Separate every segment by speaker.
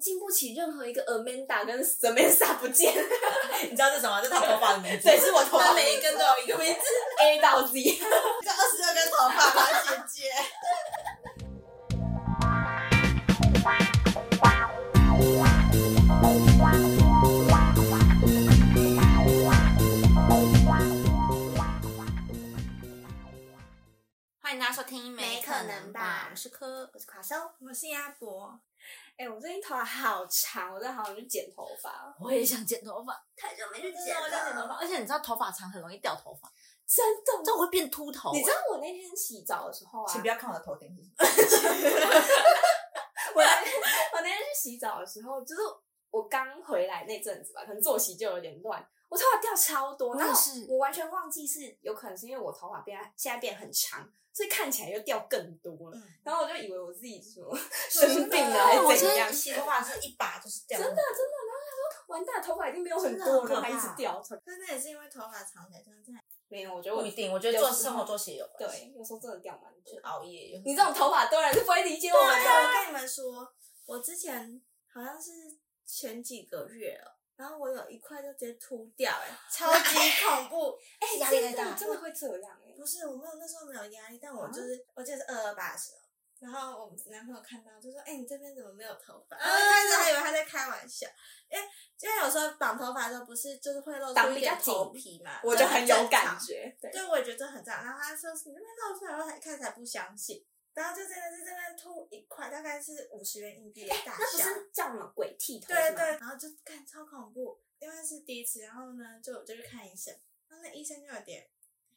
Speaker 1: 经不起任何一个 Amanda 跟 Samantha 不见
Speaker 2: 你知道这什么？这是他头发的名字，
Speaker 1: 对是我头发
Speaker 2: 他每一根都有一个名字，
Speaker 1: A 到 Z。
Speaker 3: 这二十二根头发吧，姐姐。
Speaker 2: 欢迎大家收听，
Speaker 1: 没可能吧
Speaker 2: 我是柯，
Speaker 1: 我是卡烧，
Speaker 3: 我是鸭脖，
Speaker 1: 哎、我最近头发好长，我在好想去剪头发，
Speaker 2: 我也想剪头发，
Speaker 1: 太久没去
Speaker 2: 真的我想剪头发，，而且你知道头发长很容易掉头发，
Speaker 1: 真的。
Speaker 2: 这样会变秃头。欸
Speaker 1: 你知道我那天洗澡的时候啊，
Speaker 3: 请不要看我的头顶是什么。
Speaker 1: 我那 天我那天去洗澡的时候，就是我刚回来那阵子吧，可能作息就有点乱，我头发掉超多，
Speaker 2: 我
Speaker 1: 然
Speaker 2: 也
Speaker 1: 后
Speaker 2: 是
Speaker 1: 我完全忘记是有可能是因为我头发变现在变很长，所以看起来又掉更多了。
Speaker 3: 嗯
Speaker 1: 然后我就以为我自己什么 生病了还
Speaker 2: 我
Speaker 1: 是怎
Speaker 2: 真的
Speaker 1: 样，
Speaker 3: 洗头发是一把就是掉。
Speaker 1: 啊真的真的。然后他说完蛋，头发已经没有很多了，
Speaker 3: 真的很可
Speaker 1: 然后
Speaker 3: 怕
Speaker 1: 还一直掉。
Speaker 3: 可是那也是因为头发长才这样。
Speaker 1: 没有，我觉得
Speaker 2: 不
Speaker 1: 我
Speaker 2: 一定，我觉得做生活作息有关系，
Speaker 1: 对，有时候真的掉蛮多
Speaker 2: 就。熬夜有。
Speaker 1: 你这种头发当然是不会理解我
Speaker 3: 对
Speaker 1: 们
Speaker 3: 啊，我
Speaker 1: 的。
Speaker 3: 跟你们说，我之前好像是前几个月了，然后我有一块就直接秃掉、哎，超 级恐怖。
Speaker 1: 哎
Speaker 3: 压力太
Speaker 1: 真的
Speaker 3: 大
Speaker 1: 真的会这样哎。
Speaker 3: 不是，我没有那时候没有压力，但我
Speaker 1: 啊
Speaker 3: 就是、我记得是二二八的时候，然后我男朋友看到就说：“哎、你这边怎么没有头发？”然后一开始
Speaker 1: 啊
Speaker 3: 还以为他在开玩笑，因为因为有时候绑头发的时候不是就是会露
Speaker 1: 绑
Speaker 3: 出
Speaker 1: 比
Speaker 3: 一
Speaker 1: 较
Speaker 3: 点
Speaker 1: 紧
Speaker 3: 头皮嘛，
Speaker 1: 我就很有
Speaker 3: 正常
Speaker 1: 感。觉，对，
Speaker 3: 对，我也觉得这很正常。然后他说你那边露出来，我还一开始还不相信，然后就真的是这边秃一块，大概是五十元硬币的 大
Speaker 1: 哎那不
Speaker 3: 小。
Speaker 1: 是叫什么鬼剃头？
Speaker 3: 对对，，然后就看超恐怖，因为是第一次，然后呢，就我就去看医生，然后那医生就有点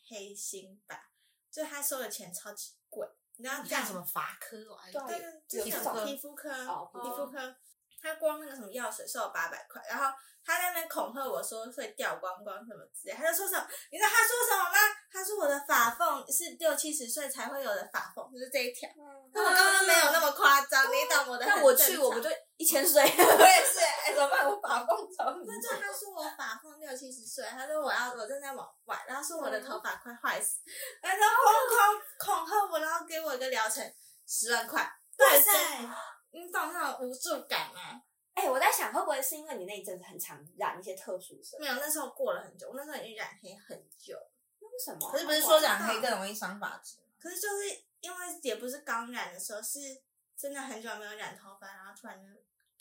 Speaker 3: 黑心吧，就他收的钱超级贵，然后
Speaker 2: 你
Speaker 3: 这
Speaker 2: 看
Speaker 3: 样
Speaker 2: 什么法科啊？
Speaker 1: 对
Speaker 3: 对
Speaker 1: 有
Speaker 3: 对，就是
Speaker 1: 有这
Speaker 3: 那
Speaker 1: 种
Speaker 3: 种皮肤科，
Speaker 1: 哦
Speaker 3: 皮肤科，他光那个什么药水收了八百块，然后他在那边恐吓我说会掉光光什么之类，他就说什么，你知道他说什么吗？他说我的发缝是六七十岁才会有的发缝，就是这一条，那我根本就没有那么夸张，你懂我的很正常。
Speaker 1: 啊那我去我不就一千 岁？我也是，哎，怎么办？我把光头，
Speaker 3: 那就他说我发缝六七十岁，他说我要我正在往外，然后说我的头发快坏死，然后疯狂恐吓我，然后给我一个疗程十万块，对是，你懂那种无助感啊吗？
Speaker 1: 哎，我在想会不会是因为你那一阵子很常染一些特殊色？
Speaker 3: 没有，那时候过了很久，我那时候已经染黑很久，
Speaker 1: 那为什么啊？
Speaker 2: 可是不是说染黑更容易伤发质？
Speaker 3: 可是就是因为也不是刚染的时候，是真的很久没有染头发，然后突然就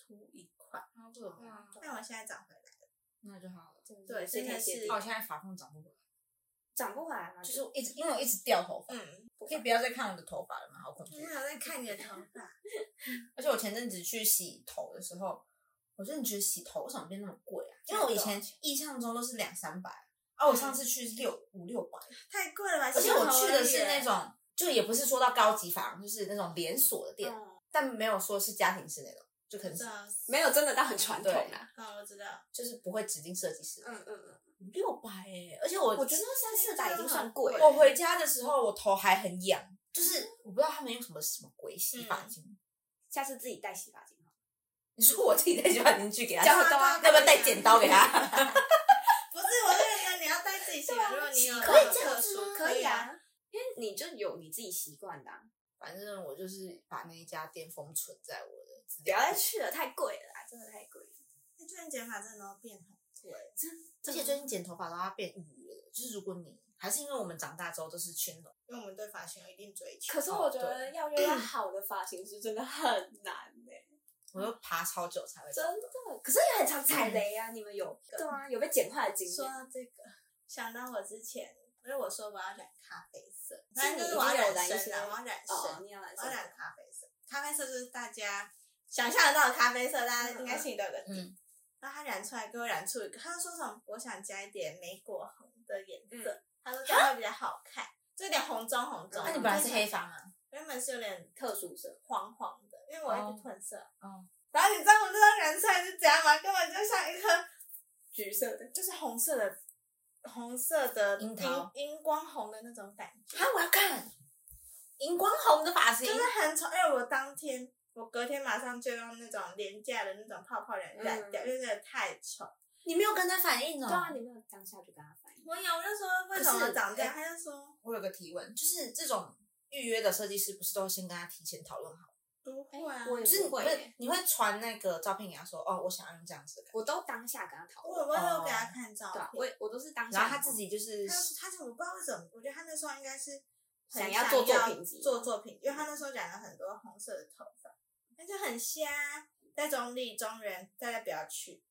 Speaker 3: 秃一块，
Speaker 2: 啊
Speaker 1: 嗯
Speaker 3: 但我现在长回来了，
Speaker 2: 那就好了。
Speaker 3: 对
Speaker 1: 真的
Speaker 3: 真的
Speaker 1: 是
Speaker 3: 是
Speaker 2: 哦，我现在发缝长不回来，
Speaker 1: 长不回来吗？
Speaker 2: 就是一直因为我一直掉头发，
Speaker 3: 嗯，
Speaker 2: 我可以不要再看我的头发了吗？好恐怖
Speaker 3: 你！有在看你的头发？
Speaker 2: 而且我前阵子去洗头的时候，我真的觉得洗头为什么变那么贵啊？因为我以前印象中都是两三百，啊，我上次去是六五六百，
Speaker 3: 太贵了吧？
Speaker 2: 而且我去的是
Speaker 3: 洗头而已
Speaker 2: 那种，就也不是说到高级发廊，就是那种连锁的店，
Speaker 1: 嗯啊
Speaker 2: 但没有说是家庭式那种，就可能
Speaker 3: 知
Speaker 2: 是
Speaker 3: 道，
Speaker 1: 没有真的到很传统啊。
Speaker 3: 嗯，我知道，
Speaker 2: 就是不会指定设计师，
Speaker 1: 嗯嗯嗯，
Speaker 2: 五六百哎，而且我
Speaker 1: 我觉得三四百已经算贵了。
Speaker 2: 我回家的时候我头还很痒，就是我不知道他们用什么什么鬼洗发
Speaker 1: 嗯
Speaker 2: 精，
Speaker 1: 下次自己带洗发精好了。
Speaker 2: 你说我自己带洗发精去给他
Speaker 1: 叫
Speaker 2: 洗，
Speaker 1: 他刀啊
Speaker 2: 要不要带剪刀 给他？
Speaker 3: 不是，我是觉得你要带自己洗的，如果你有
Speaker 2: 可以这样
Speaker 3: 特
Speaker 2: 子
Speaker 3: 殊，
Speaker 2: 吗
Speaker 3: 可以啊。，
Speaker 1: 因为你就有你自己习惯的啊，
Speaker 2: 反正我就是把那一家店封存在我的资
Speaker 1: 不要
Speaker 2: 料
Speaker 1: 再
Speaker 2: 库。
Speaker 1: 去了，太贵了啊，真的太贵了。
Speaker 3: 那最近剪发真的都变很贵，
Speaker 2: 而且最近剪头发都要变预约了，就是如果你还是因为我们长大之后都是圈拢，
Speaker 3: 因为我们对发型有一定追求。
Speaker 1: 可是我觉得要约到好的发型师真的很难哎、
Speaker 2: 我又爬超久才会
Speaker 1: 真的，可是也很常踩雷啊！你们有对啊，有被剪坏的经
Speaker 3: 说
Speaker 1: 验。
Speaker 3: 到这个，想到我之前，因为我说我要染咖啡色，
Speaker 1: 是
Speaker 3: 反正就是
Speaker 1: 你
Speaker 3: 我要
Speaker 1: 已经有
Speaker 3: 染
Speaker 1: 染一
Speaker 3: 深
Speaker 1: 些
Speaker 3: 啊，我要染
Speaker 1: 哦，
Speaker 3: 深，
Speaker 1: 你要来
Speaker 3: 我
Speaker 1: 说
Speaker 3: 要，染咖啡色。咖啡色就是大家想象得到的咖啡色，大家应该心里都有个底。
Speaker 2: 嗯
Speaker 3: 然后他染出来，给我染出一个，他说什么？我想加一点莓果红的颜色，他说这样会比较好看，就有点红中红中。
Speaker 2: 啊那、你本来是黑，发吗？
Speaker 3: 原本是有点
Speaker 1: 特殊色，
Speaker 3: 黄黄的，因为我一
Speaker 2: 哦
Speaker 3: 直褪色。
Speaker 2: 哦
Speaker 3: 然后你知道我那时候染出来是怎样吗？根本就像一颗
Speaker 1: 橘色的。
Speaker 3: 就是红色的红色的
Speaker 2: 樱桃
Speaker 3: 荧荧光红的那种感觉，
Speaker 2: 啊，我要看荧光红的发型
Speaker 3: 就是很丑。因为我当天我隔天马上就用那种廉价的那种泡泡染
Speaker 1: 嗯
Speaker 3: 染掉，因为真的太丑。
Speaker 2: 你没有跟他反应哦。
Speaker 1: 对啊，你没有当下就跟他反应。
Speaker 3: 我有，我就说为什
Speaker 2: 可
Speaker 3: 么
Speaker 2: 是
Speaker 3: 长这样，
Speaker 2: 哎
Speaker 3: 他就说
Speaker 2: 我有个提问，就是这种预约的设计师不是都先跟他提前讨论好，
Speaker 3: 不会啊，
Speaker 1: 我也
Speaker 2: 就是你
Speaker 1: 不会耶
Speaker 2: 会你会传那个照片给他说，哦，我想要你这样子的感
Speaker 1: 我都当下跟他讨
Speaker 3: 我哦
Speaker 1: 论，
Speaker 3: 我有给他看照
Speaker 1: 对
Speaker 3: 片
Speaker 1: 啊，，我也我都是当
Speaker 2: 觉，
Speaker 1: 下，
Speaker 2: 然后他自己就是
Speaker 3: 他就是他怎么不知道为什么？我觉得他那时候应该是
Speaker 1: 想
Speaker 3: 很
Speaker 1: 要做作品集
Speaker 3: 做作品，因为他那时候染了很多红色的头发，但是很瞎。在中立、中原，大家不要去。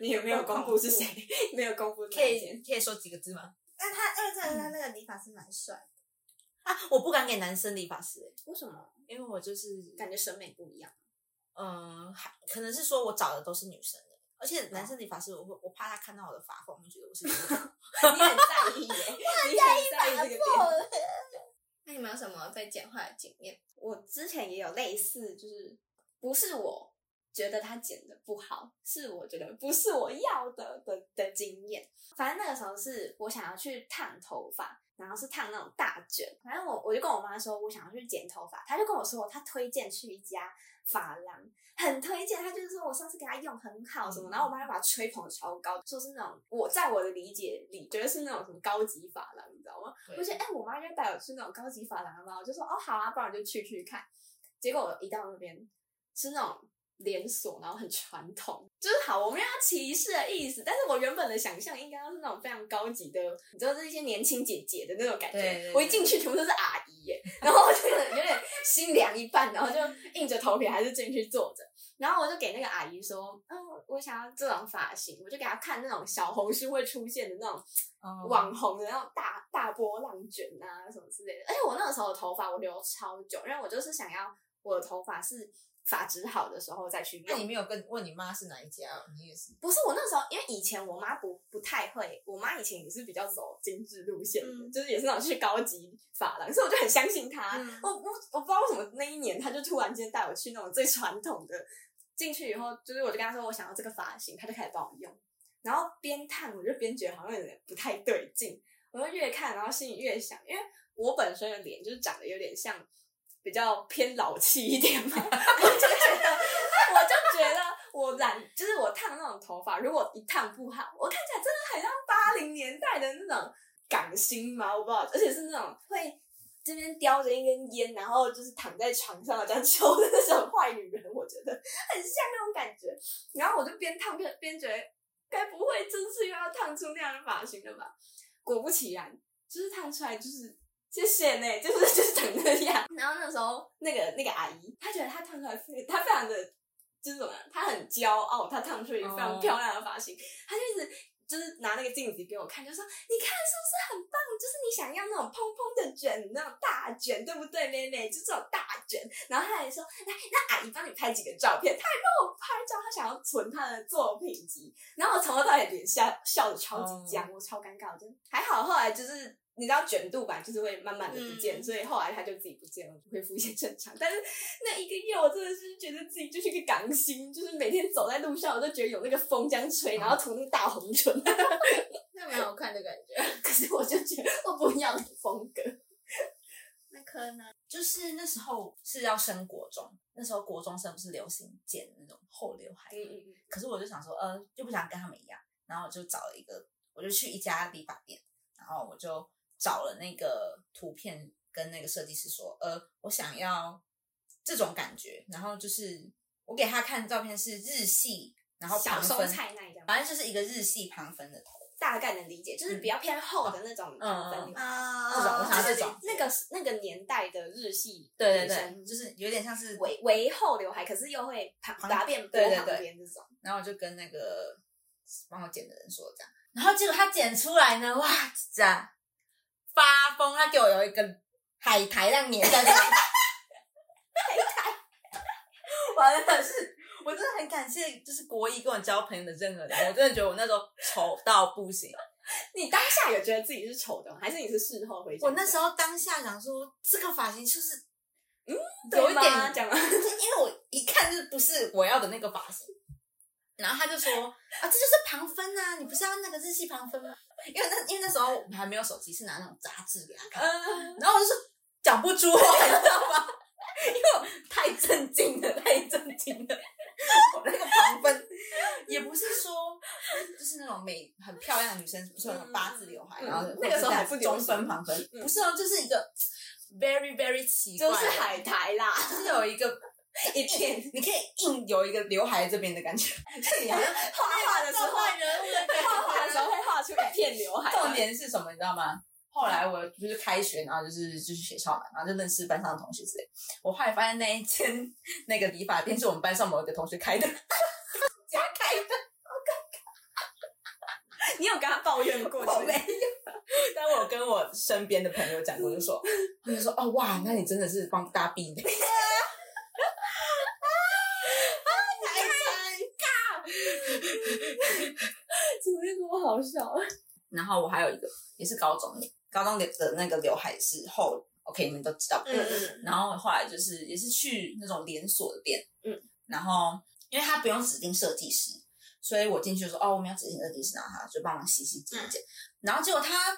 Speaker 1: 你有没有公布是谁？ 没有公布那
Speaker 2: 可
Speaker 1: 一
Speaker 2: 以
Speaker 1: 间，
Speaker 2: 可以说几个字吗？
Speaker 3: 但他，因为真的他那个理发师蛮帅的，
Speaker 2: 啊，我不敢给男生理发师、欸
Speaker 1: 为什么？
Speaker 2: 因为我就是
Speaker 1: 感觉审美不一样。
Speaker 2: 嗯，还可能是说我找的都是女生的，而且男生理发师我会我怕他看到我的发缝，会觉得我 是
Speaker 1: 你很在意耶，你很在意这个点。
Speaker 3: 那你们有什么被剪坏的经验？
Speaker 1: 我之前也有类似，就是不是我觉得他剪的不好，是我觉得不是我要的的的经验。反正那个时候是我想要去烫头发，然后是烫那种大卷。反正我我就跟我妈说，我想要去剪头发，她就跟我说，她推荐去一家发廊，很推荐。她就是说我上次给她用很好
Speaker 3: 嗯
Speaker 1: 什么，然后我妈就把她吹捧得超高，说是那种我在我的理解里，觉得是那种什么高级发廊，你知道吗？ 我就觉得哎、我妈就带我去那种高级发廊嘛，我就说哦好啊，不然我就去去看。结果我一到那边是那种连锁，然后很传统，就是好，我没有要歧视的意思，但是我原本的想象应该要是那种非常高级的，你知道，是一些年轻姐姐的那种感觉。
Speaker 2: 对对对
Speaker 1: 我一进去全部都是阿姨耶，然后我就有点心凉一半，然后就硬着头皮还是进去坐着。然后我就给那个阿姨说，嗯，我想要这种发型，我就给她看那种小红书会出现的那种
Speaker 2: 嗯
Speaker 1: 网红的那种大大波浪卷啊什么之类的。而且我那个时候的头发我留超久，因为我就是想要我的头发是发质好的时候再去
Speaker 2: 那你
Speaker 1: 用。
Speaker 2: 没有跟问你妈是哪一家哦？你也是
Speaker 1: 不是我那时候，因为以前我妈不不太会，我妈以前也是比较走精致路线的，
Speaker 3: 嗯
Speaker 1: 就是也是那种去高级发廊，所以我就很相信她。
Speaker 3: 嗯
Speaker 1: 啊我我我不知道为什么那一年她就突然间带我去那种最传统的，进去以后就是我就跟她说我想要这个发型，她就开始帮我用，然后边烫我就边觉得好像有点不太对劲，我就越看，然后心里越想，因为我本身的脸就是长得有点像比较偏老气一点嘛，我 就觉得，我就觉得我染就是我烫那种头发，如果一烫不好，我看起来真的很像八零年代的那种港星嘛，我不知道，而且是那种会。这边叼着一根烟，然后就是躺在床上这样抽的那种坏女人，我觉得很像那种感觉。然后我就边烫边边觉得，该不会真是又要烫出那样的发型了吧？果不其然，就是烫出来就是谢谢呢，就是就是长那样。然后那时候那个那个阿姨，她觉得她烫出来非她非常的就是怎么样，她很骄傲，她烫出一个非常
Speaker 2: 哦
Speaker 1: 漂亮的发型，她就一直。就是拿那个镜子给我看，就说你看是不是很棒？就是你想要那种蓬蓬的卷，那种大卷，对不对，妹妹？就这种大卷。然后她还说，来，那阿姨帮你拍几个照片。她还帮我拍照，她想要存她的作品集。然后我从头到尾脸笑笑的超级僵，我超尴尬，我真的还好。后来就是你知道卷度吧，就是会慢慢的不见，
Speaker 3: 嗯
Speaker 1: 所以后来他就自己不见了，就恢复一些正常。但是那一个月，我真的是觉得自己就是一个港星，就是每天走在路上，我都觉得有那个风这样吹，然后涂那个大红唇。啊
Speaker 3: 那蛮好看的感觉。
Speaker 1: 可是我就觉得我不要那个风格，
Speaker 3: 那柯呢？
Speaker 2: 就是那时候是要升国中，那时候国中生不是流行剪那种厚刘海，
Speaker 1: 嗯嗯
Speaker 2: 可是我就想说，呃，就不想跟他们一样，然后我就找了一个，我就去一家理发店，然后我就找了那个图片跟那个设计师说，呃，我想要这种感觉，然后就是我给他看照片是日系，然后
Speaker 1: 小
Speaker 2: 旁
Speaker 1: 松
Speaker 2: 分，
Speaker 1: 菜那一样，
Speaker 2: 反正就是一个日系旁分的头，
Speaker 1: 大概能理解，就是比较偏厚的那种
Speaker 2: 嗯
Speaker 1: 分
Speaker 2: 嗯
Speaker 3: 啊
Speaker 2: 这种我想要这种
Speaker 1: 那个那个年代的日系
Speaker 2: 对对
Speaker 1: 女生
Speaker 2: 对，就是有点像是
Speaker 1: 微微厚刘海，可是又会旁
Speaker 2: 旁
Speaker 1: 答辩拨
Speaker 2: 对对
Speaker 1: 旁
Speaker 2: 对
Speaker 1: 边这种。
Speaker 2: 然后我就跟那个帮我剪的人说这样，然后结果他剪出来呢，哇，这样发疯，他给我有一个海苔让粘在那里，海苔， 我真的是，我真的很感谢，就是国一跟我交朋友的任何人，我真的觉得我那时候丑到不行，
Speaker 1: 你当下有觉得自己是丑的吗？还是你是事后回想？
Speaker 2: 我那时候当下想说，这个发型就是，嗯，
Speaker 1: 对
Speaker 2: 有一点
Speaker 1: 吗讲吗？
Speaker 2: 因为我一看就是不是我要的那个发型。然后他就说啊，这就是旁分啊，你不是要那个日系旁分吗？因为那因为那时候我们还没有手机，是拿那种杂志给他看。
Speaker 1: 嗯，
Speaker 2: 然后我就说讲不出话，你知道吗？因为我太震惊了，太震惊了。我那个旁分也不是说就是那种美很漂亮的女生，不是有那种八字刘海，
Speaker 1: 嗯
Speaker 2: 然后
Speaker 1: 那个时候还不
Speaker 2: 是
Speaker 1: 流行
Speaker 2: 中分旁分，
Speaker 1: 嗯
Speaker 2: 不是哦，就是一个 very very 奇 怪
Speaker 1: 就
Speaker 2: 的，
Speaker 1: 是海苔啦，
Speaker 2: 就是有一个
Speaker 1: 一片
Speaker 2: 你可以硬有一个刘海这边的感觉，就是你好像
Speaker 1: 画 画的时候，
Speaker 3: 换人物的感觉
Speaker 1: 画画的时候会画出一片刘海。
Speaker 2: 重点是什么，你知道吗？后来我就是开学，然后就是就是学校嘛，然后就认识班上的同学之类。我后来发现那一间那个理发店是我们班上某一个同学开的， 家开的，
Speaker 1: 你有跟他抱怨过？
Speaker 2: 我没有。但我跟我身边的朋友讲过，就说他们就说哦哇，那你真的是帮大臂的。
Speaker 1: 怎么会这么好笑？
Speaker 2: 然后我还有一个也是高中的，高中的那个刘海是厚，OK，你们都知道。
Speaker 3: 嗯嗯，
Speaker 2: 然后后来就是也是去那种连锁的店，
Speaker 1: 嗯，
Speaker 2: 然后因为他不用指定设计师，所以我进去就说哦，我们要指定设计师，然后他就帮忙洗洗剪剪，然后结果他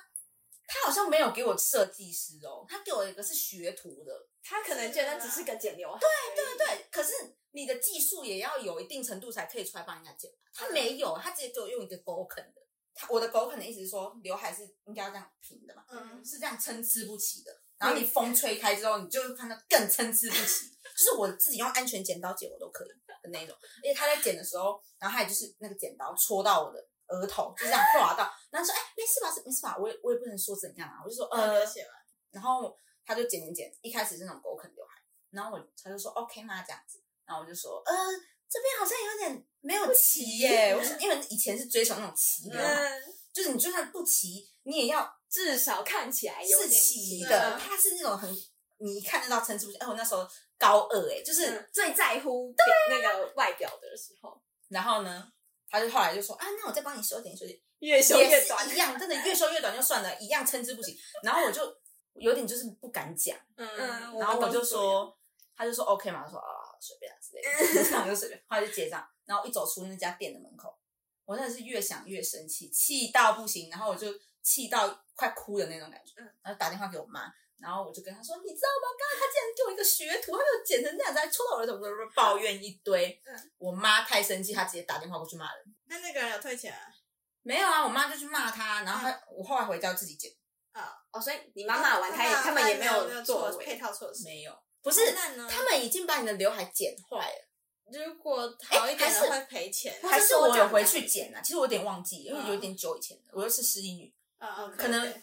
Speaker 2: 他好像没有给我设计师哦，他给我一个是学徒的，
Speaker 1: 他可能觉得只是个剪刘海，对对，
Speaker 2: 对，可是你的技术也要有一定程度才可以出来帮人家剪吧，他没有，他直接给我用一个狗啃的，他我的狗啃的意思是说刘海是应该要这样平的嘛，
Speaker 3: 嗯
Speaker 2: 是这样参差不齐的。然后你风吹开之后，你就会看到更参差不齐。就是我自己用安全剪刀剪我都可以的那一种，而且他在剪的时候，然后他也就是那个剪刀戳到我的额头，就这样划到。然后说：“哎、没事吧？没事吧？”我也我也不能说怎样啊，我就说：“呃
Speaker 3: 呃，，写完，
Speaker 2: 然后他就剪剪剪，一开始是那种狗啃刘海，然后我他就说 OK 吗这样子，然后我就说呃这边好像有点没有齐耶，我说因为以前是追求那种齐刘海，
Speaker 3: 嗯，
Speaker 2: 就是你就算不齐，你也要
Speaker 1: 至少看起来哎有
Speaker 2: 是
Speaker 1: 点
Speaker 2: 齐的，
Speaker 3: 嗯
Speaker 2: 它是那种很你一看得到参差不齐。哎，我那时候高二哎，就是、
Speaker 1: 嗯最在乎那个外表的时候，
Speaker 2: 然后呢，他就后来就说啊，那我再帮你修剪修剪，
Speaker 1: 越修
Speaker 2: 也
Speaker 1: 越
Speaker 2: 是
Speaker 1: 短
Speaker 2: 一。样，真的越修越短就算了，一样参差不齐。然后我就有点就是不敢讲。
Speaker 3: 嗯，
Speaker 1: 我
Speaker 2: 然后
Speaker 1: 们都
Speaker 2: 我就是
Speaker 1: 这样，
Speaker 2: 说，他就说 OK 嘛，我说啊随便啊之类的，这样就随便，后来就结账，然后一走出那家店的门口，我真的是越想越生气，气到不行，然后我就气到快哭的那种感觉，然后打电话给我妈。然后我就跟她说，你知道吗？刚刚他竟然给我一个学徒，他没有剪成这样子，还戳到我的头，抱怨一堆。
Speaker 3: 嗯
Speaker 2: 我妈太生气，她直接打电话过去骂人。
Speaker 3: 那那个人有退钱啊？
Speaker 2: 没有啊，我妈就去骂他，然后她、我后来回家自己剪，
Speaker 1: 哦，所以你妈妈完，他也他们也没有作
Speaker 3: 配
Speaker 1: 为。
Speaker 3: 套措施，
Speaker 2: 没有，不是，
Speaker 3: 那呢？
Speaker 2: 他们已经把你的刘海剪坏了。
Speaker 3: 如果好一点的
Speaker 2: 哎还是
Speaker 3: 会赔钱，
Speaker 2: 还是我有回去剪啊，其实我有点忘记，因为有点久以前了，我又是失忆女，
Speaker 3: 嗯，
Speaker 2: 可能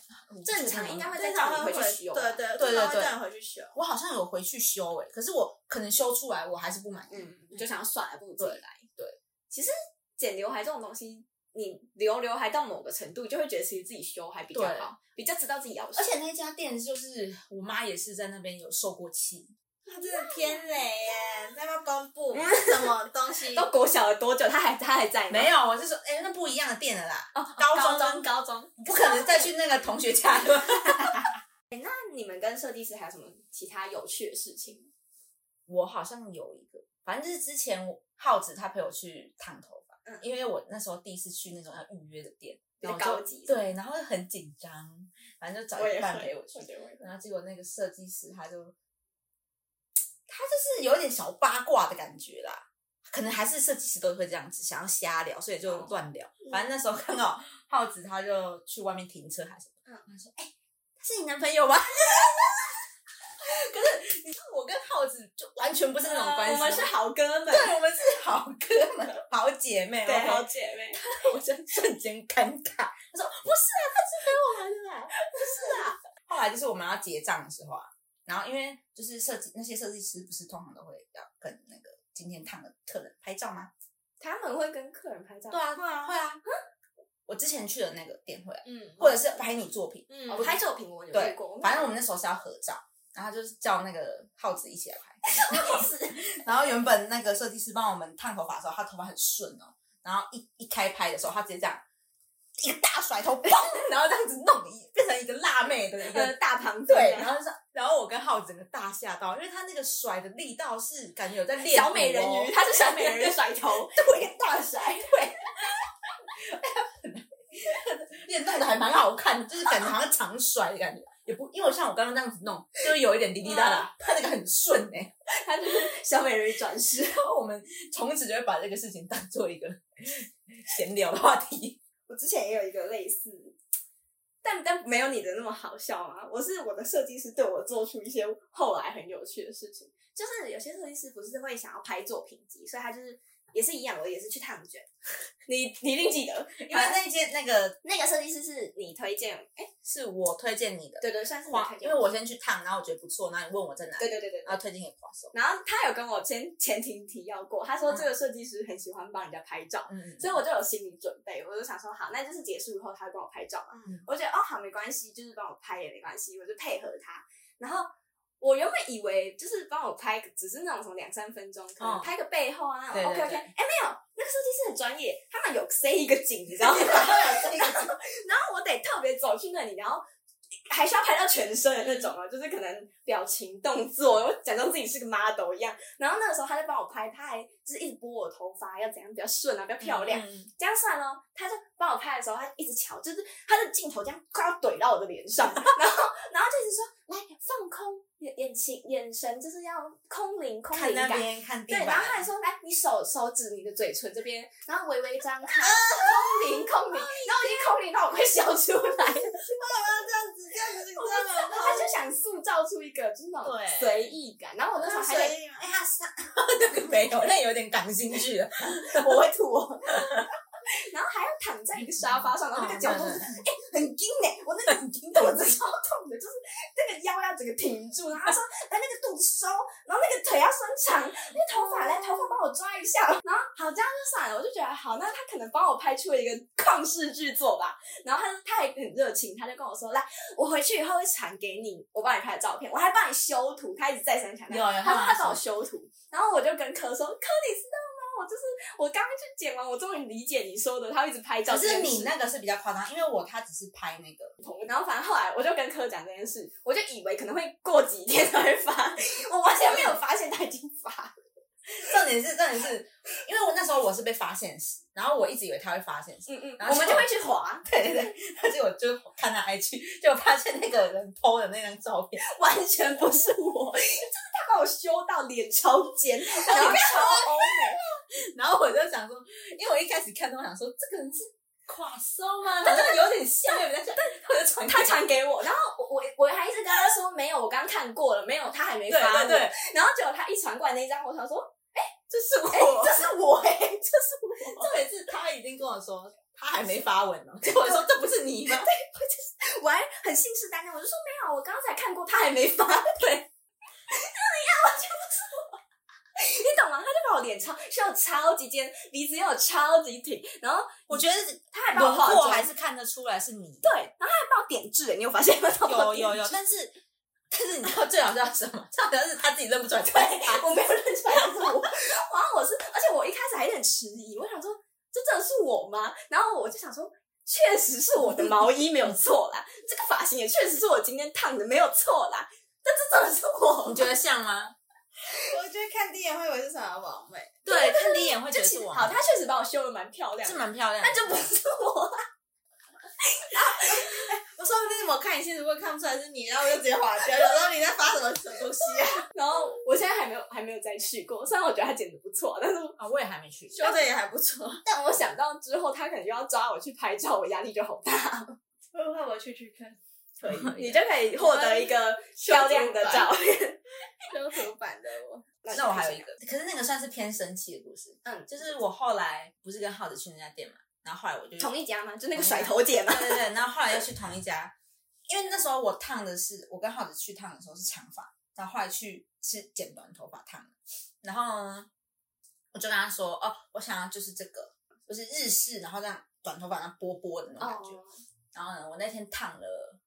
Speaker 1: 正常应该会
Speaker 2: 嗯
Speaker 1: 再
Speaker 3: 找
Speaker 1: 叫你回去啊修
Speaker 3: 对
Speaker 2: 对对
Speaker 3: 对通常会
Speaker 2: 对
Speaker 3: 叫你回去修。
Speaker 2: 我好像有回去修欸诶、可是我可能修出来我还是不满意。
Speaker 1: 嗯，就想要算了，不如自己
Speaker 2: 对
Speaker 1: 来。
Speaker 2: 对，
Speaker 1: 其实剪刘海这种东西，你留刘海到某个程度，就会觉得其实自己修还比较
Speaker 2: 对
Speaker 1: 好，比较知道自己要什
Speaker 2: 而
Speaker 1: 么。
Speaker 2: 且那家店就是我妈也是在那边有受过气，
Speaker 3: 他真的偏雷耶！哎那要不要公布 什么东 西？
Speaker 1: 都国小了多久，他还他还在吗
Speaker 2: 没有，我是说哎、那不一样的店了啦，
Speaker 1: 哦，
Speaker 2: 高
Speaker 1: 高
Speaker 2: 中
Speaker 1: 中高中。啊
Speaker 2: 不可能再去那个同学家了。
Speaker 1: 那你们跟设计师还有什么其他有趣的事情？
Speaker 2: 我好像有一个，反正就是之前我浩子他陪我去烫头发，
Speaker 3: 嗯
Speaker 2: 因为我那时候第一次去那种要预约的店，
Speaker 1: 有
Speaker 2: 然后
Speaker 1: 点
Speaker 2: 我就
Speaker 1: 高级
Speaker 2: 对，然后就很紧张，反正就找一个伴陪我去，
Speaker 1: 觉得我也
Speaker 2: 然后结果那个设计师他就，他就是有点小八卦的感觉啦，可能还是设计师都会这样子，想要瞎聊，所以
Speaker 1: 哦
Speaker 2: 就乱聊。反正那时候看到浩子，他就去外面停车还是什
Speaker 1: 嗯
Speaker 2: 么，他说：“哎、他是你男朋友吗？” 可是你看我跟浩子就完全不是那种关系，
Speaker 1: 哦我们是好哥们，
Speaker 2: 对，我们是好哥们、好姐妹。
Speaker 1: 对，
Speaker 2: OK
Speaker 1: 好姐妹。
Speaker 2: 我就瞬间尴尬。他说：“不是啊，他是陪我玩的啦，不是啊。”后来就是我们要结账的时候啊，然后因为就是设计那些设计师不是通常都会要跟那个今天烫的客人拍照吗？
Speaker 1: 他们会跟客人拍照，
Speaker 2: 啊，
Speaker 3: 会啊
Speaker 2: 会啊。我之前去的那个店会啊，
Speaker 3: 嗯
Speaker 2: 或者是拍你作品，
Speaker 3: 嗯，
Speaker 1: 哦，拍作品我有遇
Speaker 2: 对
Speaker 1: 过，
Speaker 2: 反正我们那时候是要合照，然后就是叫那个浩子一起来拍。 然后原本那个设计师帮我们烫头发的时候，他头发很顺哦，然后一一开拍的时候，他直接这样一个大甩头，砰，然后这样子弄一变成一个辣妹的一个
Speaker 1: 呃大旁
Speaker 2: 嗯对，然后就是，然后我跟浩子整个大吓到，因为他那个甩的力道是感觉有在练、哦
Speaker 1: 小美人鱼，，她是小美人鱼甩 头，
Speaker 2: 对，大甩对。 练动的还蛮好看的，就是感觉好像常甩的感觉，也不因为我像我刚刚那样子弄，就是有一点滴滴答答，他那个很顺哎、
Speaker 1: 她就是小美人鱼转世。
Speaker 2: 然后我们从此就会把这个事情当做一个闲聊的话题。
Speaker 1: 我之前也有一个类似，但但没有你的那么好笑啊！我是我的设计师对我做出一些后来很有趣的事情，就是有些设计师不是会想要拍作品集，所以他就是也是一样，我也是去烫卷。 你你一定记得，因
Speaker 2: 因为
Speaker 1: 为
Speaker 2: 那件那个
Speaker 1: 那个设计师是你推荐，哎、
Speaker 2: 是我推荐你的，
Speaker 1: 对对，算是你
Speaker 2: 花
Speaker 1: 推，荐，
Speaker 2: 因为我先去烫，然后我觉得不错，然后你问我在哪里，
Speaker 1: 对对对对
Speaker 2: 然后推荐给华硕。
Speaker 1: 然后他有跟我前前庭提要过，他说这个设计师很喜欢帮人家拍照，
Speaker 2: 嗯，
Speaker 1: 所以我就有心理准备，我就想说好，那就是结束以后他会帮我拍照嘛。
Speaker 2: 嗯
Speaker 1: 我觉得哦好没关系，就是帮我拍也没关系，我就配合他。然后我原本以为就是帮我拍，只是那种什么两三分钟，可能
Speaker 2: 嗯
Speaker 1: 拍个背后啊那种。
Speaker 2: 对对
Speaker 1: OK OK，
Speaker 2: 对
Speaker 1: 哎、没有，那个设计师很专业，他们有塞一个景，你知道吗？ 然后我得特别走去那里，然后还需要拍到全身的那种哦，就是可能表情、动作，我假装自己是个 model 一样。然后那个时候他就帮我拍，他还就是一直拨我头发，要怎样比较顺啊，比较漂亮。
Speaker 2: 嗯
Speaker 1: 这样算咯，他就帮我拍的时候，他一直瞧，就是他的镜头这样快要怼到我的脸上，然后然后就一直说来放空眼眼睛眼神，就是要空灵空
Speaker 2: 看
Speaker 1: 灵
Speaker 2: 那
Speaker 1: 感。
Speaker 2: 边看地
Speaker 1: 对，
Speaker 2: 板，
Speaker 1: 然后他还说：“来，你手手指你的嘴唇这边，然后微微张
Speaker 2: 啊
Speaker 1: 开，空灵空灵。”然后我已经空灵到我快笑出来了，
Speaker 3: 这样子，你知
Speaker 1: 我就知道
Speaker 3: 道吗？
Speaker 1: 他就想塑造出一个就是那种
Speaker 2: 对
Speaker 1: 随意感。然后我那时候还得，
Speaker 3: 意吗？哎，他 上
Speaker 2: 没有，那有点感兴趣了。
Speaker 1: 我会吐哦， 然后还要躺在一个沙发上，然后那个角度是哎很硬呢、我那个肚子超痛的，就是那个腰要整个挺住，然后他说来那个肚子收，然后那个腿要伸长，那个头发来头发帮我抓一下， 然后好这样就算了，我就觉得好，那他可能帮我拍出了一个旷世巨作吧。然后他他还很热情，他就跟我说来，我回去以后会传给你，我帮你拍的照片，我还帮你修图，他一直再三强调，
Speaker 2: 有有
Speaker 1: 他说他
Speaker 2: 他有
Speaker 1: 帮我
Speaker 2: 说
Speaker 1: 修图，然后我就跟柯说，柯你知道吗？我就是我刚刚去剪完，我终于理解你说的，他一直拍照
Speaker 2: 可
Speaker 1: 这件事。
Speaker 2: 是你那个是比较夸张，因为我他只是拍那个，
Speaker 1: 然后反正后来我就跟科讲这件事，我就以为可能会过几天才会发，我完全没有发现他已经发了。
Speaker 2: 重点是重点是，因为我那时候我是被发现时，然后我一直以为他会发现时，
Speaker 1: 嗯嗯，
Speaker 2: 然
Speaker 1: 我
Speaker 2: 后
Speaker 1: 们就会去划，
Speaker 2: 对对对，但是我就看他 IG，就发现那个人 PO 的那张照片，
Speaker 1: 完全不是我，就是他把我修到脸超尖，然后超欧美，
Speaker 2: 然后我就想说，因为我一开始看到我想说这个人是垮瘦吗？好像有点像，有点像，我就传给
Speaker 1: 他传给我，然后我我我还一直跟他说没有，我刚看过了，没有，他还没
Speaker 2: 对
Speaker 1: 发我
Speaker 2: 对对，
Speaker 1: 然后结果他一传过来那一张，我想说，哎、这是
Speaker 2: 哦
Speaker 1: 我，这是我、哎，这是我，
Speaker 2: 重点是他已经跟我说他还没发文呢，结果我说这不是你吗？
Speaker 1: 我还很信誓旦旦，我就说没有，我刚才看过，他还没发。对，对呀，我就不是我，你懂吗？他就把我脸超笑超级尖，鼻子又超级挺，然后
Speaker 2: 我觉得
Speaker 1: 他还帮我化妆，
Speaker 2: 是看得出来是你。
Speaker 1: 对，然后他还帮我点痣，哎你有发现吗？他帮我
Speaker 2: 有
Speaker 1: 点
Speaker 2: 有有，
Speaker 1: 痣
Speaker 2: 但是但是你知道最好笑是什么？最好笑是他自己认不出来，
Speaker 1: 对，我没有认出来是我，然后我是，而且我一开始还有点迟疑，我想说这真的是我吗？然后我就想说。确实是我的毛衣没有错啦，这个发型也确实是我今天烫的没有错啦，但这真的是我
Speaker 2: 你觉得像吗？
Speaker 3: 我觉得看第一眼会以为是什么王妹，
Speaker 2: 对，看第一眼会觉
Speaker 1: 就
Speaker 2: 得
Speaker 1: 其
Speaker 2: 是
Speaker 1: 实
Speaker 2: 我，
Speaker 1: 好，他确实把我修的蛮漂亮
Speaker 2: 是
Speaker 1: 的，
Speaker 2: 蛮漂亮的，
Speaker 1: 但就不是我啦。
Speaker 3: 我说不定我看你先，如果看不出来是你，然后我就直接划 掉，然后你在发什么什么东西啊？
Speaker 1: 然后我现在还没有还没有再去过，虽然我觉得他剪的不错，但是
Speaker 2: 啊，我也还没去。
Speaker 3: 修的也还不错，
Speaker 1: 但我想到之后他可能又要抓我去拍照，我压力就好大。
Speaker 3: 会不会我去去看？可以，
Speaker 1: 你就可以获得一 个漂亮的照片。
Speaker 3: 修图版的我，
Speaker 2: 那我还有一个，可是那个算是偏生气的故事。
Speaker 1: 嗯
Speaker 2: 就是我后来不是跟浩子去那家店嘛，然后后来我就
Speaker 1: 同一家吗？就那个甩头姐吗？
Speaker 2: 对对对，然后后来又去同一家，因为那时候我烫的是我跟浩子去烫的时候是长发，然后后来去是剪短头发烫的，然后呢，我就跟他说哦，我想要就是这个，就是日式，然后这样短头发然后波波的那种感觉。
Speaker 1: 哦，
Speaker 2: 然后呢，我那天烫了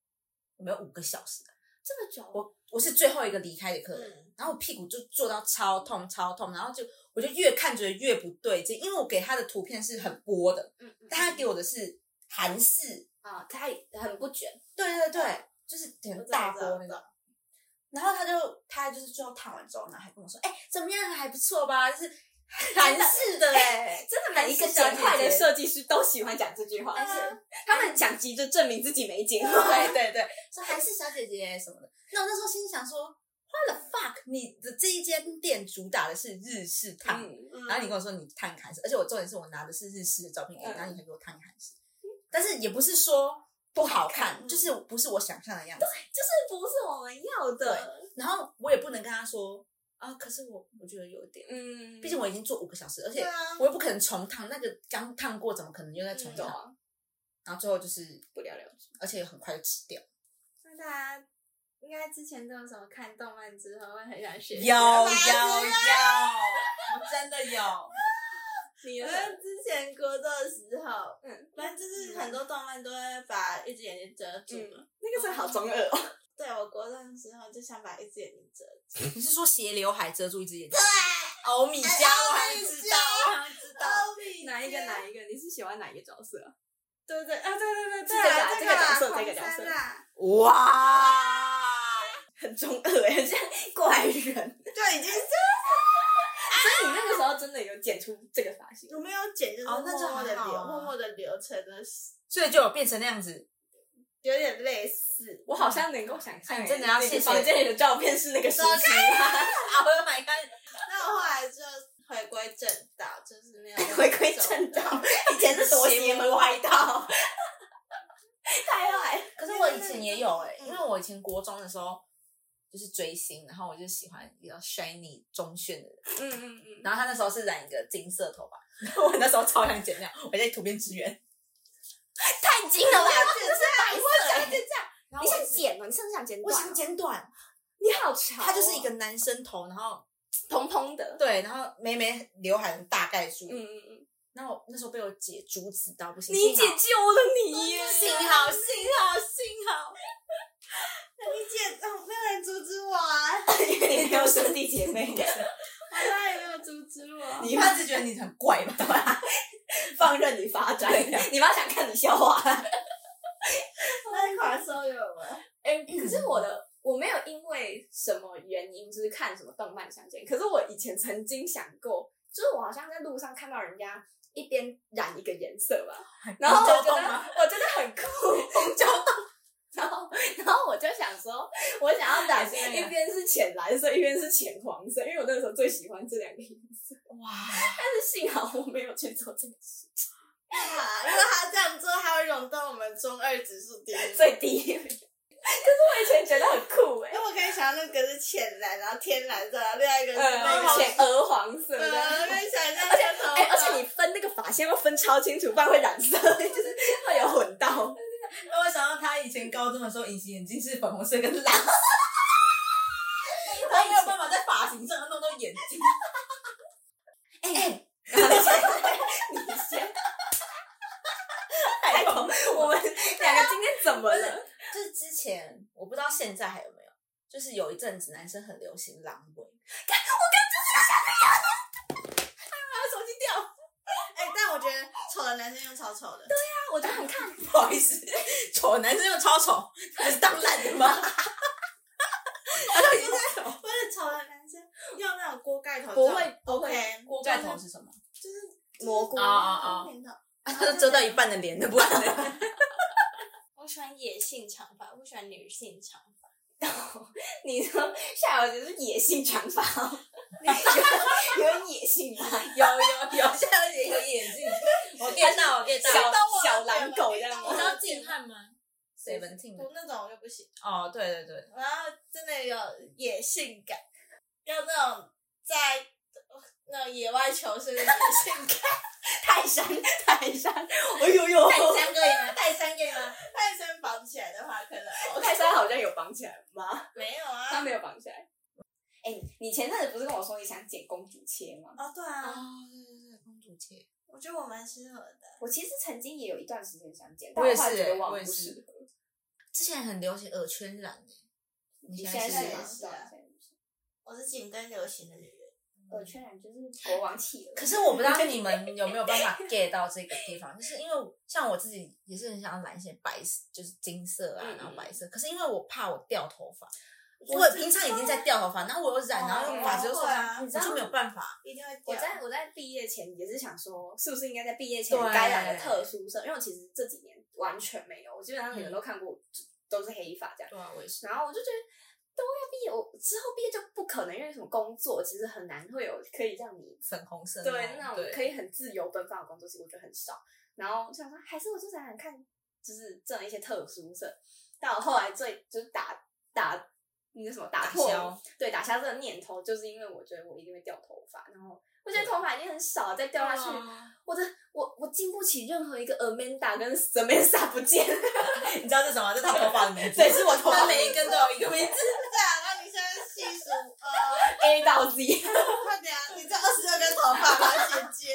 Speaker 2: 有没有五个小时？
Speaker 1: 这么久，
Speaker 2: 我我是最后一个离开的客人，
Speaker 3: 嗯
Speaker 2: 然后我屁股就坐到超痛超痛，然后就我就越看觉得越不对劲，因为我给他的图片是很波的，
Speaker 1: 嗯嗯
Speaker 2: 但他给我的是韩式，
Speaker 1: 啊，他很不卷，
Speaker 2: 对对对，就是
Speaker 3: 嗯我
Speaker 2: 很
Speaker 3: 知道
Speaker 2: 大
Speaker 3: 我
Speaker 2: 波
Speaker 3: 知道
Speaker 2: 那
Speaker 3: 我
Speaker 2: 种
Speaker 3: 知道。
Speaker 2: 然后他就他就是最后烫完之后，然后还跟我说：“哎、怎么样？还不错吧？”就是韩式 的哎、
Speaker 1: 真的每一个剪坏的设计师都喜欢讲这句话，
Speaker 2: 对啊
Speaker 1: 他们想急着证明自己没结婚。
Speaker 2: 对对对，说韩式小姐姐什么的。那我那时候心里想说：“What the fuck？你的这一间店主打的是日式烫
Speaker 1: 嗯
Speaker 2: 然后你跟我说你看韩式，而且我重点是我拿的是日式的照片给你，
Speaker 1: 嗯
Speaker 2: 然后你还给我看韩式，但是也不是说不
Speaker 1: 好
Speaker 2: 好
Speaker 1: 看
Speaker 2: 看，就是不是我想象的样子。
Speaker 1: 就是不是我们要的。
Speaker 2: 然后我也不能跟他说啊，可是我我觉得有点，
Speaker 1: 嗯，
Speaker 2: 毕竟我已经做五个小时，而
Speaker 3: 对
Speaker 2: 且
Speaker 3: 啊，
Speaker 2: 我又不可能重烫，那个刚烫过怎么可能又再重
Speaker 3: 嗯
Speaker 1: 懂
Speaker 2: 烫？
Speaker 1: 啊，
Speaker 2: 然后最后就是，
Speaker 1: 不了了之。
Speaker 2: 而且很快就吃掉。
Speaker 3: 那大家应该之前都有什么看动漫之后会很想学？
Speaker 2: 有
Speaker 3: 哪里
Speaker 2: 我真的有，
Speaker 1: 你
Speaker 3: 我
Speaker 1: 呢？
Speaker 3: 之前国中的时候，
Speaker 1: 嗯，
Speaker 3: 反正就是很多动漫都会把一只眼睛遮住嘛。
Speaker 1: 那个真的好中二哦。
Speaker 3: 对我国中的时候就想把一只眼睛遮住，
Speaker 2: 你是说斜刘海遮住一只眼睛？对，欧米伽，我还知道，我还知道。
Speaker 3: 哦
Speaker 1: 哪一个？哪一个？你是喜欢哪一个角色啊？对对啊，对对对，
Speaker 3: 对啊，
Speaker 1: 这
Speaker 3: 这
Speaker 1: 个角色，
Speaker 3: 个
Speaker 1: 这个角
Speaker 3: 黄
Speaker 1: 色
Speaker 3: 山啊，
Speaker 2: 哇！
Speaker 1: 很中二哎，很像怪 人。
Speaker 3: 对，已经是
Speaker 1: 所以你那个时候真的有剪出这个发型？
Speaker 3: 我没有剪，就是
Speaker 2: 哦
Speaker 3: 默
Speaker 2: 那就
Speaker 3: 默的
Speaker 2: 还好
Speaker 3: 留，
Speaker 2: 啊
Speaker 3: 默默的流程的，
Speaker 2: 所以就有变成那样 子，
Speaker 3: 有点类似。
Speaker 1: 我好像能够想象
Speaker 2: 哎
Speaker 1: 欸，
Speaker 2: 你真的要
Speaker 1: 那个
Speaker 2: 谢谢
Speaker 1: 房间里的照片是那个时期 吗？
Speaker 2: Oh my god！
Speaker 3: 那我后来就回归正道，就是 没有
Speaker 1: 回归正道， 以前是多邪门歪道，太坏。
Speaker 2: 可是我以前也有哎、因为我以前国中的时候就是追星，然后我就喜欢比较 shiny 中炫的人，
Speaker 1: 嗯嗯嗯。
Speaker 2: 然后他那时候是染一个金色头发， 我那时候超想剪掉，我在图片支援，
Speaker 1: 太精了吧！这是白
Speaker 2: 我
Speaker 1: 色
Speaker 2: 想
Speaker 1: 欸。
Speaker 2: 剪这样，然
Speaker 1: 你
Speaker 2: 后我
Speaker 1: 想
Speaker 2: 一直，
Speaker 1: 剪吗？你想不想剪
Speaker 2: 我
Speaker 1: 短？
Speaker 2: 想，剪短，
Speaker 1: 你哦好长哦。
Speaker 2: 它就是一个男生头，然后
Speaker 1: 蓬蓬的。
Speaker 2: 对，然后妹妹刘海很大概住，
Speaker 1: 嗯嗯嗯。
Speaker 2: 然后我那时候被我姐阻止到不行，
Speaker 1: 你姐
Speaker 2: 幸好
Speaker 1: 救了你 耶！
Speaker 2: 幸好幸好幸好，
Speaker 3: 你剪，哦，没有人阻止我啊，
Speaker 1: 因为你没有兄弟 姐 妹，
Speaker 3: 我妈也没有阻止我。
Speaker 2: 啊你妈是觉得你很怪吧？
Speaker 1: 放任你发展
Speaker 2: 对啊。
Speaker 1: 你妈想看你笑话。
Speaker 3: 那款收有吗？
Speaker 1: 哎、可是我的我没有因为什么原因就是看什么动漫相见，可是我以前曾经想过，就是我好像在路上看到人家一边染一个颜色吧，然后我觉
Speaker 2: 你交
Speaker 1: 得
Speaker 2: 动吗
Speaker 1: 我觉得很酷，红胶洞。然后，然后我就想说，我想要染
Speaker 2: 还是那个
Speaker 1: 一边是浅蓝色，一边是浅黄色，因为我那个时候最喜欢这两个颜色。
Speaker 2: 哇！
Speaker 1: 但是幸好我没有去做这件事，
Speaker 3: 啊如果他这样做，他会涌到我们中二指数第一。
Speaker 1: 最低。 可是我以前觉得很酷哎、
Speaker 3: 因为我可以想到那个是浅蓝，然后天蓝色，然后另外一个是那
Speaker 1: 呃，
Speaker 3: 个
Speaker 1: 浅鹅黄色的。
Speaker 3: 呃，可以想象那个头发。
Speaker 1: 哎、而且你分那个发线要分超清楚，不然会染色，就是会有混到。
Speaker 2: 让我想到他以前高中的时候，隐形眼镜是粉红色跟蓝 色，他没有办法在发型上弄到眼 睛。
Speaker 1: 哎、 然后你先，你先。太恐怖！我们两个今天怎么了？
Speaker 2: 哎就是之前我不知道现在还有没有，就是有一阵子男生很流行狼尾，
Speaker 1: 手机掉。
Speaker 3: 哎，但我觉得丑的男生用超丑的，对，
Speaker 1: 我觉得很看，
Speaker 2: 不好意思，丑男生又超丑，那是当烂的吗？ 他到底是丑？
Speaker 3: 不是丑的男生用那种锅盖头，
Speaker 1: 不会不会
Speaker 3: OK，哦
Speaker 2: 锅盖头是什么？
Speaker 3: 就是
Speaker 1: 蘑菇
Speaker 2: 啊 啊啊！
Speaker 3: 片头。
Speaker 2: 啊，他遮到一半的脸的部分。
Speaker 3: 我喜欢野性长发，我不喜欢女性长发。
Speaker 1: 你说夏小姐是野性长发哦，有有野性吗？
Speaker 2: 有有有，现在有眼镜，我 get 到，我 get
Speaker 1: 小
Speaker 2: 到。
Speaker 1: 小狼狗这样
Speaker 2: 你知
Speaker 1: 吗？
Speaker 2: 道静汉吗？Seventeen
Speaker 3: 我那种我就不行，
Speaker 2: 哦，对对对，
Speaker 3: 我要真的有野性感，要那种在哦那种野外求生的野性感。
Speaker 1: 泰山，泰山，哎呦呦！
Speaker 2: 带三个吗？带三个吗？
Speaker 3: 泰山绑起来的话，可 能哦
Speaker 1: 我泰山好像有绑起来吗？
Speaker 3: 没有
Speaker 1: 他
Speaker 3: 啊。
Speaker 1: 没有绑起来。哎、你前阵子不是跟我说你想剪公主切吗？
Speaker 3: 哦，对啊，
Speaker 2: 哦，对对对，公主切。
Speaker 3: 我觉得我蛮适合的。
Speaker 1: 我其实曾经也有一段时间想剪，但
Speaker 2: 我也是
Speaker 1: 后来觉得
Speaker 2: 欸
Speaker 1: 忘
Speaker 2: 我也
Speaker 1: 不
Speaker 2: 是
Speaker 1: 适合。
Speaker 2: 之前很流行耳圈染诶，你
Speaker 1: 你
Speaker 2: 现
Speaker 1: 现
Speaker 2: 在
Speaker 1: 在
Speaker 2: 是
Speaker 1: 是
Speaker 3: 现在
Speaker 1: 吗
Speaker 3: 也是
Speaker 1: 现
Speaker 3: 啊
Speaker 1: 在不是
Speaker 3: 我是紧跟流行的女人，
Speaker 1: 耳呃圈染就是国王气了。
Speaker 2: 可是我不知道你们有没有办 法 get 到这个地方，就是因为像我自己也是很想要染一些白色，就是金色啊
Speaker 1: 嗯，
Speaker 2: 然后白色。可是因为我怕我掉头发，我平常已经在掉头发，然后我又染，
Speaker 3: 哦
Speaker 2: 然后又发质又受伤，
Speaker 3: 会啊
Speaker 2: 我就没有办法。
Speaker 3: 一定会
Speaker 1: 我
Speaker 3: 掉。
Speaker 1: 在我在毕业前也是想说，是不是应该在毕业前
Speaker 2: 对
Speaker 1: 该染个特殊色？因为我其实这几年完全没有，我基本上你们都看过，都是黑发这样。
Speaker 2: 对啊，我也是。
Speaker 1: 然后我就觉得都要毕业，我之后毕业就不可能，因为什么工作其实很难会有可以让你
Speaker 2: 粉红色
Speaker 1: 对那种
Speaker 2: 对
Speaker 1: 可以很自由奔放的工作，其实我觉得很少。然后就想说，还是我就想想看就是挣一些特殊色。但我后来最就是打打那个什么打破
Speaker 2: 打消
Speaker 1: 对打消这个念头，就是因为我觉得我一定会掉头发，然后我觉得头发已经很少，再掉下去，
Speaker 2: 啊
Speaker 1: 我的我我经不起任何一个 Amanda 跟 Samantha 不见。
Speaker 2: 你知道这是什么？这是他 头发的名字，
Speaker 1: 对是我头发
Speaker 2: 他每一根都有一个名字。
Speaker 3: 然后你现在细数，呃，
Speaker 1: A 到 Z，
Speaker 3: 快点啊，你这二十二根头发吧，姐姐。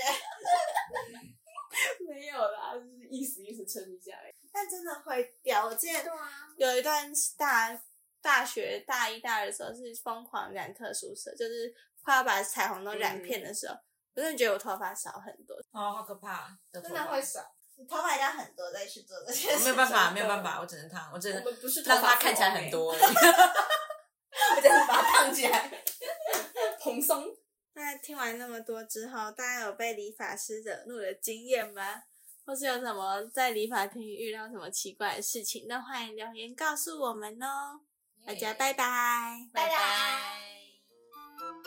Speaker 1: 没有啦，就是意思意思撑一下而已。
Speaker 3: 但真的会掉，我之前
Speaker 1: 啊，
Speaker 3: 有一段大大学大一、大二的时候是疯狂染特殊色，就是快要把彩虹都染遍的时候，我真的觉得我头发少很多，
Speaker 2: 哦，好可怕！真
Speaker 3: 真的会少，你头发要很多再去做这些事
Speaker 2: 没有办
Speaker 3: 情
Speaker 2: 法，没有办法，我只能烫，我只能
Speaker 1: 我们不是头
Speaker 2: 让
Speaker 1: 发
Speaker 2: 它
Speaker 1: 富
Speaker 2: 看起来
Speaker 1: 翁欸
Speaker 2: 很多而已， 我只能把它烫起 来。
Speaker 1: 蓬松。
Speaker 3: 那听完那么多之后，大家有被理发师惹怒的经验吗？或是有什么在理发厅遇到什么奇怪的事情，那欢迎留言告诉我们哦。大家拜拜。
Speaker 2: 拜拜。